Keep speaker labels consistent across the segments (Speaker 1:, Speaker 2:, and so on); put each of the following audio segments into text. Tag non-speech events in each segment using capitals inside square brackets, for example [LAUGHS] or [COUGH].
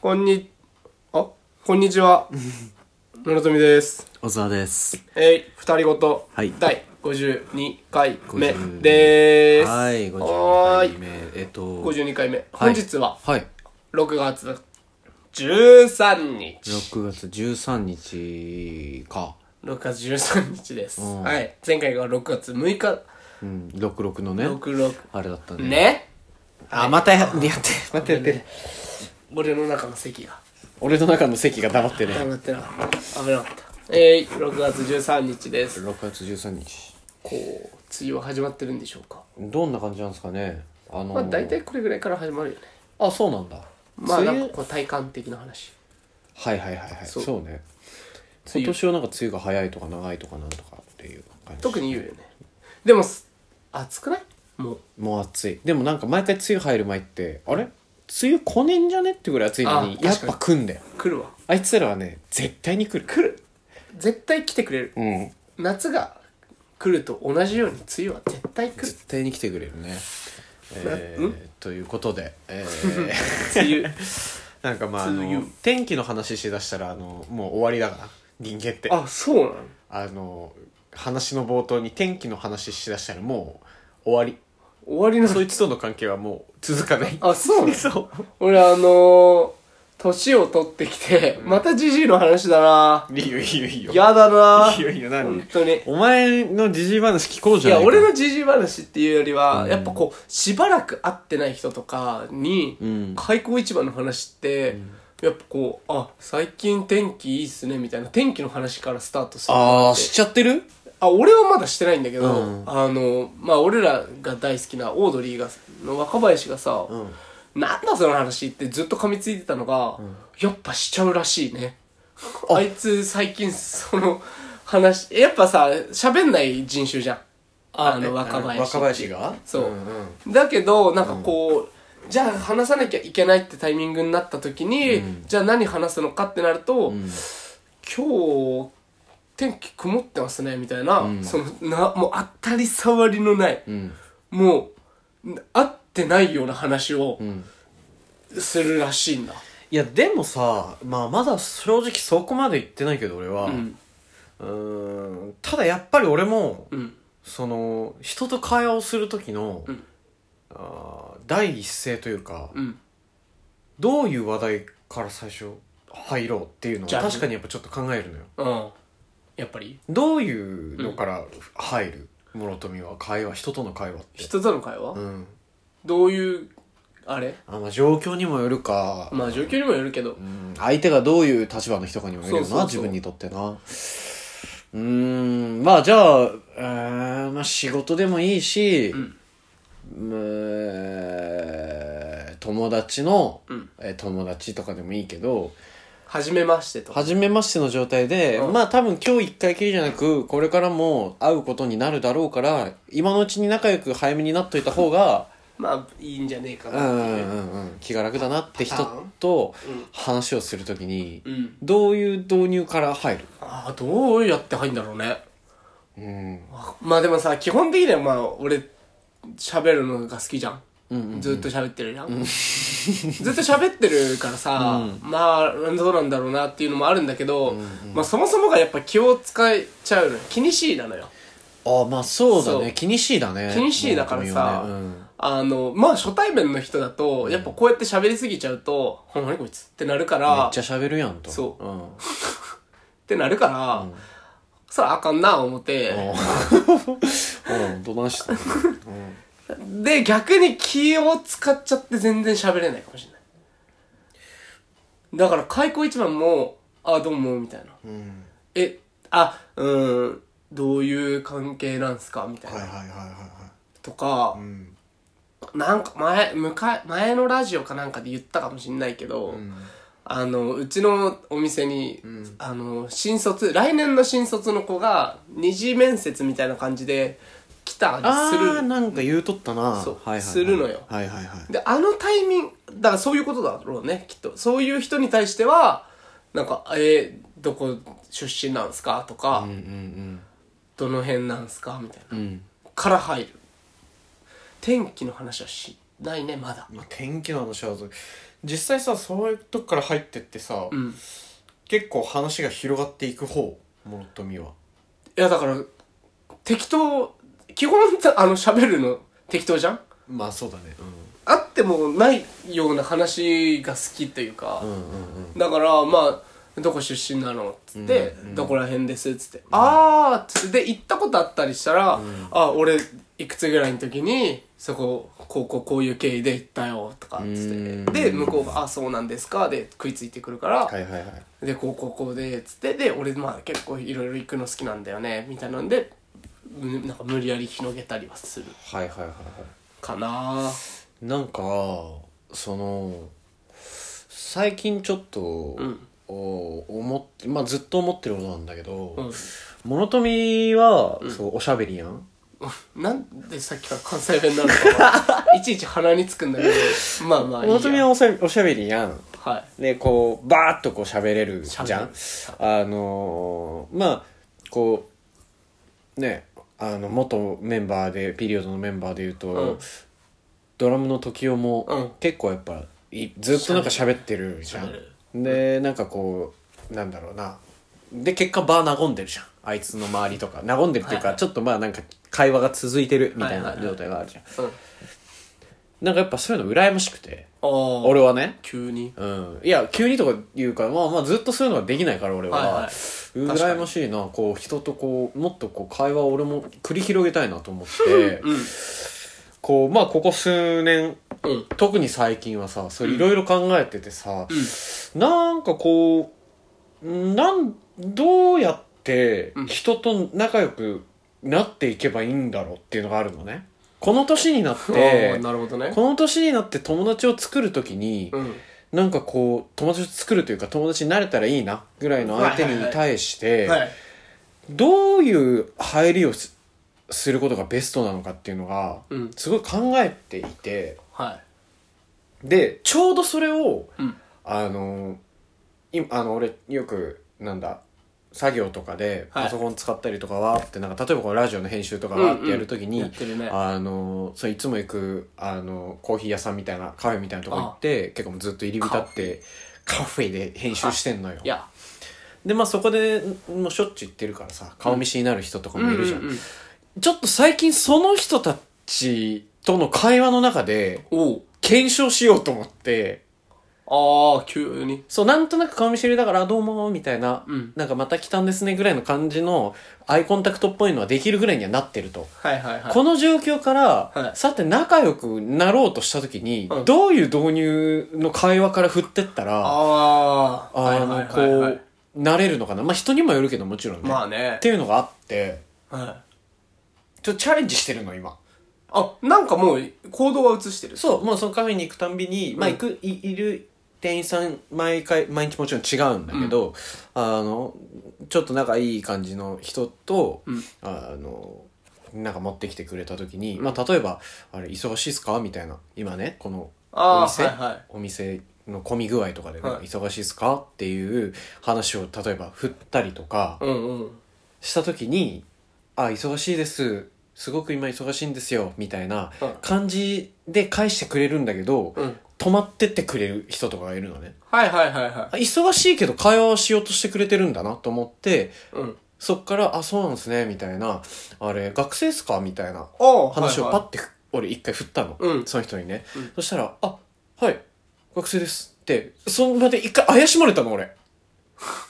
Speaker 1: こんに、あ、こんにち
Speaker 2: [LAUGHS]
Speaker 1: は。村富です。
Speaker 2: 小沢です。
Speaker 1: えい、二人ごと、
Speaker 2: はい
Speaker 1: 第52回目
Speaker 2: 50
Speaker 1: でーす。
Speaker 2: はい、
Speaker 1: はー
Speaker 2: 52回
Speaker 1: い
Speaker 2: 目。えっと、
Speaker 1: 52回目。
Speaker 2: はい
Speaker 1: 本日は、
Speaker 2: はい。
Speaker 1: 6月13日。
Speaker 2: 6月13日か。
Speaker 1: 6月13日です。
Speaker 2: ん
Speaker 1: はい。前回が6月6日、
Speaker 2: うん、66のね。
Speaker 1: 66。
Speaker 2: あれだったね。
Speaker 1: ね
Speaker 2: あ、またや
Speaker 1: [LAUGHS]
Speaker 2: って、やって、待って待って。
Speaker 1: 俺の中の席が。
Speaker 2: 俺の中の席が黙って [LAUGHS]
Speaker 1: 危
Speaker 2: ね。
Speaker 1: なってなかった。危なかった。えい、6月13日です。
Speaker 2: 6月13日。
Speaker 1: こう、梅雨は始まってるんでしょうか。
Speaker 2: どんな感じなんですかね。あのー
Speaker 1: まあ、大体これぐらいから始まるよね。
Speaker 2: あ、そうなんだ。
Speaker 1: まあ
Speaker 2: 梅
Speaker 1: な
Speaker 2: 雨
Speaker 1: んかこう体感的な話
Speaker 2: はいはいはいはい。
Speaker 1: そ
Speaker 2: そううね。
Speaker 1: 雨
Speaker 2: 今年はなんか梅雨が早いとか長いとかなんとかっていう感じ。
Speaker 1: 特に言うよねでもす暑くないもう
Speaker 2: もう暑いでもなんか毎回梅雨入る前ってあれ梅雨来ねえんじゃねってぐらい暑いのに
Speaker 1: あ
Speaker 2: やっぱ来んだよ
Speaker 1: 来るわ
Speaker 2: あいつらはね絶対に来る来る
Speaker 1: 絶対来てくれる
Speaker 2: うん
Speaker 1: 夏が来ると同じように梅雨は絶対来る
Speaker 2: 絶対に来てくれるねえーということで、えー [LAUGHS]
Speaker 1: 梅雨
Speaker 2: なんかまああ
Speaker 1: 梅
Speaker 2: の
Speaker 1: 雨
Speaker 2: 天気の話しだしたらあのもう終わりだから人間ってあ
Speaker 1: あそうなの
Speaker 2: の話の冒頭に天気の話しだしたらもう終わり
Speaker 1: 終わりの
Speaker 2: そいつとの関係はもう続かない
Speaker 1: あそうなの
Speaker 2: そ
Speaker 1: 俺あのー、年を取ってきて、またじじいの話だな
Speaker 2: ういいよいいよいいよ
Speaker 1: やだない
Speaker 2: いよいいよ何
Speaker 1: 本当に
Speaker 2: お前のじじい話聞こう
Speaker 1: い
Speaker 2: じゃな
Speaker 1: や
Speaker 2: いか
Speaker 1: 俺のじじい話っていうよりは、
Speaker 2: うん
Speaker 1: やっぱこうしばらく会ってない人とかに、
Speaker 2: うん
Speaker 1: 開口一番の話って、やっぱこうあ最近天気いいっすねみたいな天気の話からスタートする
Speaker 2: あ
Speaker 1: の
Speaker 2: あ
Speaker 1: って
Speaker 2: しちゃってる
Speaker 1: あ俺はまだしてないんだけど、
Speaker 2: うん
Speaker 1: あのまあ俺らが大好きなオードリーがの若林がさ、
Speaker 2: ん
Speaker 1: なんだその話ってずっと噛みついてたのが、やっぱしちゃうらしいね
Speaker 2: あ
Speaker 1: あいつ最近その話やっぱさ喋んない人種じゃんあの若林
Speaker 2: 若林が
Speaker 1: そう
Speaker 2: うんうん
Speaker 1: だけどなんかこう、じゃあ話さなきゃいけないってタイミングになった時に、じゃあ何話すのかってなると、今日天気曇ってますねみたいな、そのなもう当たり障りのない、
Speaker 2: ん
Speaker 1: もう合ってないような話をするらしいんだ、
Speaker 2: いやでもさ、まあ、まだ正直そこまで言ってないけど俺はうんんただやっぱり俺も、
Speaker 1: ん
Speaker 2: その人と会話をする時の、あー第一声というか、
Speaker 1: ん
Speaker 2: どういう話題から最初入ろうっていうのを
Speaker 1: ジャンル
Speaker 2: 確かにやっぱちょっと考えるのよ
Speaker 1: うんやっぱり
Speaker 2: どういうのから入る、諸富は会話人との会話って
Speaker 1: 人との会話、
Speaker 2: うん
Speaker 1: どういうあれ
Speaker 2: あまあ状況にもよるか、
Speaker 1: まあ状況にもよるけど、
Speaker 2: うん相手がどういう立場の人かにもよるよな
Speaker 1: そうそうそう
Speaker 2: 自分にとってなうーんまあじゃあ、えーまあ、仕事でもいいし、うーん友達の、えー友達とかでもいいけど
Speaker 1: 初めましてとか
Speaker 2: 初めましての状態で、
Speaker 1: うん
Speaker 2: まあ多分今日一回きりじゃなくこれからも会うことになるだろうから今のうちに仲良く早めになっといた方が
Speaker 1: まあいいんじゃねえか
Speaker 2: う
Speaker 1: なっ
Speaker 2: ん
Speaker 1: て
Speaker 2: う
Speaker 1: いうん
Speaker 2: うん気が楽だなって人
Speaker 1: パターン
Speaker 2: と話をするときに、
Speaker 1: うん
Speaker 2: どういう導入から入る
Speaker 1: ああどうやって入んだろうね
Speaker 2: うん
Speaker 1: あまあでもさ基本的にはまあ俺喋るのが好きじゃん,、 [LAUGHS] ずっと喋ってるじゃん、ずっと喋ってるからさ、まあどうなんだろうなっていうのもあるんだけど、まあそもそもがやっぱ気を使いちゃうのよ気にしいなのよ
Speaker 2: あまあそうだ
Speaker 1: そう
Speaker 2: ね気にしいだね
Speaker 1: 気にしいだからさ、
Speaker 2: もう本
Speaker 1: あのまあ初対面の人だとやっぱこうやって喋りすぎちゃうと「ほんまにこいつ」ってなるか
Speaker 2: 当にねうんめ
Speaker 1: ら
Speaker 2: っちゃ喋るやんと
Speaker 1: そう
Speaker 2: [LAUGHS] うん
Speaker 1: ってなるから、それあかんな思って、
Speaker 2: うんどないしたの
Speaker 1: で逆に気を使っちゃって全然喋れないかもしれないだから開口一番も「あどうも」みたいな「
Speaker 2: うん
Speaker 1: えあうーんどういう関係なんすか?」みたいな、
Speaker 2: はいはいはいはいは
Speaker 1: とか
Speaker 2: い、うん
Speaker 1: なんか前向か前のラジオかなんかで言ったかもしれないけど、あのうちのお店に、あの新卒来年の新卒の子が二次面接みたいな感じで来たり
Speaker 2: あ
Speaker 1: する
Speaker 2: ーなんか言うとったな
Speaker 1: そう
Speaker 2: はいはいはい
Speaker 1: するのよ
Speaker 2: はいはいはい
Speaker 1: であのタイミングだからそういうことだろうねきっとそういう人に対してはなんか「えーどこ出身なんすか?」とか、
Speaker 2: うんうん
Speaker 1: どの辺なんすか?」みたいな、
Speaker 2: うんうん
Speaker 1: から入る天気の話はしないね、まだ。
Speaker 2: まあ、天気の話は実際さそういうとこから入ってってさ、
Speaker 1: うん。
Speaker 2: 結構話が広がっていく方諸富はい
Speaker 1: や、だから、適当、基本、あの、喋るの適当じゃん
Speaker 2: まあそうだね
Speaker 1: あってもないような話が好きというか、
Speaker 2: うん、うんうん
Speaker 1: だからまあどこ出身なのっつって、どこら辺ですっつって、ああっつってで行ったことあったりしたら、あ俺いくつぐらいの時にそここうこうこういう経緯で行ったよとかっつ
Speaker 2: うん
Speaker 1: ってで向こうが「あそうなんですか」で食いついてくるから、
Speaker 2: はいはいはい
Speaker 1: でこうこうこうでつってで俺まあ結構いろいろ行くの好きなんだよねみたいなんでむなんか無理やり広げたりはする
Speaker 2: はいはいはいは
Speaker 1: かない
Speaker 2: なんかその最近ちょっと、
Speaker 1: ん
Speaker 2: お思ってまあずっと思ってることなんだけど、
Speaker 1: うん
Speaker 2: 諸富は、そうおしゃべりやん
Speaker 1: なんでさっきから関西弁なのか
Speaker 2: [LAUGHS]
Speaker 1: はいちいち鼻につくんだけどまあまあいい
Speaker 2: 諸富は
Speaker 1: や
Speaker 2: おしゃおしゃべりやん
Speaker 1: はい
Speaker 2: でこうバーッとこう喋れるじゃ
Speaker 1: 喋れ
Speaker 2: ん
Speaker 1: る
Speaker 2: あのーまあこうねあの元メンバーでピリオドのメンバーで言うと、
Speaker 1: うん
Speaker 2: ドラムの時をも、
Speaker 1: うん
Speaker 2: 結構やっぱいずっとなんか喋ってるじゃ
Speaker 1: 喋る
Speaker 2: んでなんかこうなんだろうなで結果場和んでるじゃんあいつの周りとか和んでるっていうか、
Speaker 1: はいはい
Speaker 2: ちょっとまあなんか会話が続いてるみたい
Speaker 1: はい
Speaker 2: な
Speaker 1: はいはい
Speaker 2: 状態があるじゃん、
Speaker 1: うん
Speaker 2: なんかやっぱそういうの羨ましくて
Speaker 1: ああ
Speaker 2: 俺はね
Speaker 1: 急
Speaker 2: [LAUGHS]
Speaker 1: に
Speaker 2: うん、いや急にとか言うから、まあ、まあずっとそういうのができないから俺は、
Speaker 1: はいはいう確か
Speaker 2: ら
Speaker 1: に
Speaker 2: やましいなこう人とこうもっとこう会話を俺も繰り広げたいなと思って、こうまあここ数年
Speaker 1: うん
Speaker 2: 特に最近はさそれいろいろ考えててさ、なんかこうんなんどうやって人と仲良くなっていけばいいんだろうっていうのがあるのね。この年になっ
Speaker 1: [LAUGHS] ああ
Speaker 2: て
Speaker 1: なるほどね
Speaker 2: この年になって友達を作るときに、
Speaker 1: うん
Speaker 2: なんかこう友達を作るというか友達になれたらいいなぐらいの相手に対して
Speaker 1: はい
Speaker 2: どういう入りをすすることがベストなのかっていうのが
Speaker 1: うん
Speaker 2: すごい考えていて
Speaker 1: はい
Speaker 2: でちょうどそれを
Speaker 1: うん
Speaker 2: あの今あの俺よくなんだ作業とかで
Speaker 1: はい
Speaker 2: パソコン使ったりとかわーってなんか例えばこのラジオの編集とかわーってやるときに、
Speaker 1: うんうんやってるね
Speaker 2: あのそういつも行くあのコーヒー屋さんみたいなカフェみたいなとこ行って結構もうずっと入り浸ってカフェで編集してんのよ
Speaker 1: いや
Speaker 2: でまあそこでもうしょっちゅう行ってるからさ顔見知りになる人とかもいるじゃん,、
Speaker 1: うんうんうん
Speaker 2: ちょっと最近その人たちとの会話の中で
Speaker 1: お
Speaker 2: 検証しようと思って
Speaker 1: おああ急に
Speaker 2: そう、なんとなく顔見知りだから、あどうも、みたいな、
Speaker 1: うん
Speaker 2: なんかまた来たんですね、ぐらいの感じの、アイコンタクトっぽいのはできるぐらいにはなってると。
Speaker 1: はいはいはい
Speaker 2: この状況から、
Speaker 1: はい
Speaker 2: さて仲良くなろうとした時に、
Speaker 1: うん
Speaker 2: どういう導入の会話から振ってったら、あ
Speaker 1: ああはいは
Speaker 2: の、
Speaker 1: い
Speaker 2: こ
Speaker 1: はいは
Speaker 2: う
Speaker 1: い、
Speaker 2: なれるのかな。まあ人にもよるけど、もちろんね。
Speaker 1: まあね
Speaker 2: っていうのがあって、
Speaker 1: はい
Speaker 2: ちょっとチャレンジしてるの、今。
Speaker 1: あなんかもう行動は移してる
Speaker 2: そう、もうそのカフェに行くたんびに、まあ行く、いいる店員さん、毎回、毎日もちろん違うんだけど、あの、ちょっと仲いい感じの人と、あの、なんか持ってきてくれた時に、まあ例えば、あれ、忙しいっすかみたいな、今ね、この、
Speaker 1: あー
Speaker 2: お店、
Speaker 1: はいはい
Speaker 2: お店の混み具合とかで、ね
Speaker 1: はい
Speaker 2: 忙しいっすかっていう話を、例えば振ったりとか、
Speaker 1: うんうん
Speaker 2: した時に「あ忙しいですすごく今忙しいんですよ」みたいな
Speaker 1: うん
Speaker 2: 感じで返してくれるんだけど、
Speaker 1: うん
Speaker 2: 止まってってくれる人とかがいるのね
Speaker 1: はいはいはいは
Speaker 2: あ忙しいけど会話をしようとしてくれてるんだなと思って
Speaker 1: いうん
Speaker 2: そっから「あそうなんですね」みたいな「あれ学生っすか?」みたいな
Speaker 1: おー
Speaker 2: 話を
Speaker 1: はい
Speaker 2: パ
Speaker 1: はい
Speaker 2: ッて、俺一回振ったの、
Speaker 1: うん
Speaker 2: その人にね、そしたら「あはい学生です」ってその場で一回怪しまれたの俺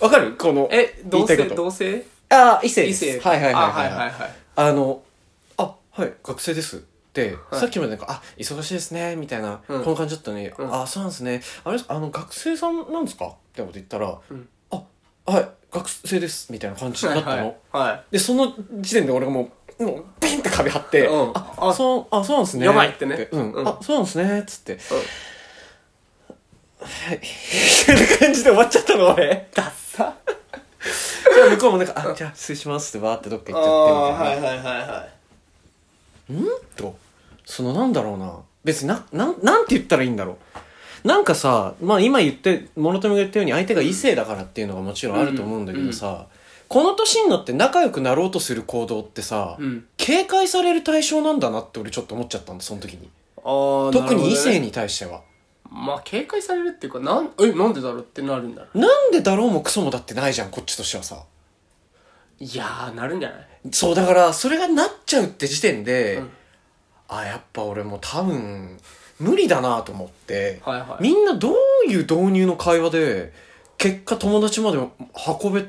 Speaker 2: わかるこの
Speaker 1: え
Speaker 2: 言
Speaker 1: 同
Speaker 2: いたいこ
Speaker 1: 性
Speaker 2: と
Speaker 1: 同性
Speaker 2: ああ異性
Speaker 1: 異
Speaker 2: です
Speaker 1: 性
Speaker 2: はいはい
Speaker 1: あ
Speaker 2: はい
Speaker 1: はい
Speaker 2: は
Speaker 1: はいいはい
Speaker 2: あの、あ、はい、学生ですって、
Speaker 1: はい
Speaker 2: さっきまでなんか、あ、忙しいですね、みたいな、
Speaker 1: うん
Speaker 2: この感じだったね、
Speaker 1: うん
Speaker 2: あ、そうなんですね、あれ、あの、学生さんなんですかってこと言ったら、
Speaker 1: ん
Speaker 2: あ、はい、学生です、みたいな感じだったの。
Speaker 1: はいはいはい
Speaker 2: で、その時点で俺がもう、もう、ピンって壁張って、
Speaker 1: うん
Speaker 2: あ、
Speaker 1: あ
Speaker 2: そう、あ、そうなんですね。
Speaker 1: やばいってね
Speaker 2: うん、
Speaker 1: うん
Speaker 2: あ、そうなんですね、つって。 [LAUGHS] はい。みたいな感じで終わっちゃったの、俺。
Speaker 1: ダッサ
Speaker 2: じゃあ向こうもなんか、あ、じゃあ、失礼しますって、わーってどっか行っちゃって、みたいな。
Speaker 1: あーはいはいはいはい
Speaker 2: とそのなんだろうな別にななんなんて言ったらいいんだろうなんかさまあ今言って諸富が言ったように相手が異性だからっていうのがもちろんあると思うんだけどさ、この年になって仲良くなろうとする行動ってさ、
Speaker 1: うん
Speaker 2: 警戒される対象なんだなって俺ちょっと思っちゃったのその時に
Speaker 1: あああ、
Speaker 2: 特に異
Speaker 1: な
Speaker 2: 性
Speaker 1: る
Speaker 2: に対しては。
Speaker 1: ほどね。まあ、警戒されるっていうか、なん、え、なんでだろうってなるんだろう。
Speaker 2: なんでだろうもクソもだってないじゃん、こっちとしてはさ。
Speaker 1: いやー、なるんじゃない
Speaker 2: そう、だから、それがなっちゃうって時点で、
Speaker 1: うん
Speaker 2: あ、やっぱ俺もう多分、無理だなと思って、
Speaker 1: はいはい
Speaker 2: みんなどういう導入の会話で、結果友達まで運べ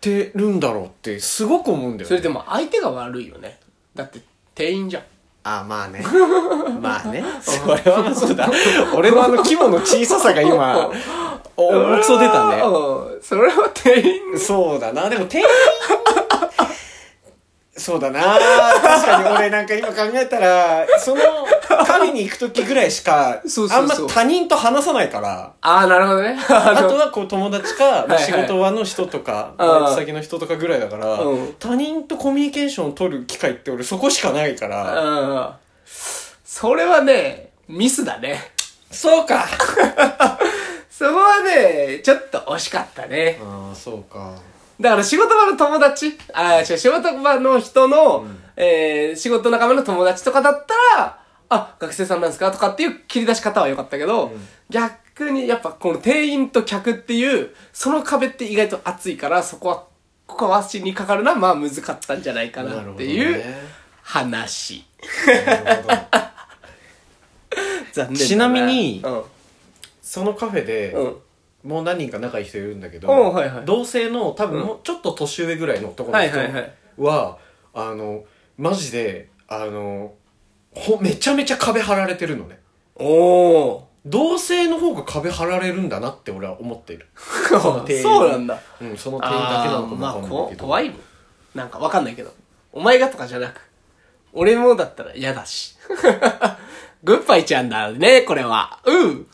Speaker 2: てるんだろうって、すごく思うんだよ
Speaker 1: それ
Speaker 2: ね。
Speaker 1: でも相手が悪いよね。だって、店員じゃん。
Speaker 2: あ、まあね。まあね。俺はまあそうだ。俺のあの規模の小ささが今、お、おくそ出たね。
Speaker 1: うん。それは店員
Speaker 2: そうだな。でも店員、そうだな。確かに俺なんか今考えたら、そのカフェに行く時ぐらいしか
Speaker 1: そう、
Speaker 2: あ
Speaker 1: そ
Speaker 2: ん
Speaker 1: う
Speaker 2: ま
Speaker 1: そう
Speaker 2: 他人と話さないから。
Speaker 1: ああ、なるほど [LAUGHS] ね。
Speaker 2: あ
Speaker 1: あ
Speaker 2: とはこう友達か、まあ
Speaker 1: はいはい
Speaker 2: 仕事場の人とか、
Speaker 1: うん
Speaker 2: バイト先の人とかぐらいだから
Speaker 1: うん、
Speaker 2: 他人とコミュニケーションを取る機会って俺そこしかないから。
Speaker 1: の、うん。それはね、ミスだね。
Speaker 2: そうか
Speaker 1: [LAUGHS] そこはね、ちょっと惜しかったね。
Speaker 2: ああ、そうか。
Speaker 1: だから仕事場の友達、ああ、違う、仕事場の人の、えー、仕事仲間の友達とかだったら、あ、学生さんなんですかとかっていう切り出し方は良かったけど、逆にやっぱこの店員と客っていう、その壁って意外と厚いから、そこは、ここは足にかかるのはまあ難かったんじゃないかなっていう話。
Speaker 2: なるほど。
Speaker 1: 残念だ
Speaker 2: ちなみに
Speaker 1: うん。
Speaker 2: そのカフェで、
Speaker 1: うん。
Speaker 2: もう何人か仲いい人いるんだけど、
Speaker 1: おうはいはい
Speaker 2: 同性の多分もうちょっと年上ぐらいの男の人は,、
Speaker 1: はいはいはい
Speaker 2: あのマジであのほめちゃめちゃ壁張られてるのね
Speaker 1: おー。
Speaker 2: 同性の方が壁張られるんだなって俺は思っている、店
Speaker 1: [LAUGHS]
Speaker 2: 員
Speaker 1: そうなんだ。
Speaker 2: うん、その店員だ
Speaker 1: あ
Speaker 2: けな
Speaker 1: ー
Speaker 2: のかも
Speaker 1: まあ
Speaker 2: わかんない
Speaker 1: こ
Speaker 2: けど、
Speaker 1: 怖いもんなんかわかんないけどお前がとかじゃなく [LAUGHS] 俺もだったら嫌だしグッバイちゃんだねこれはうん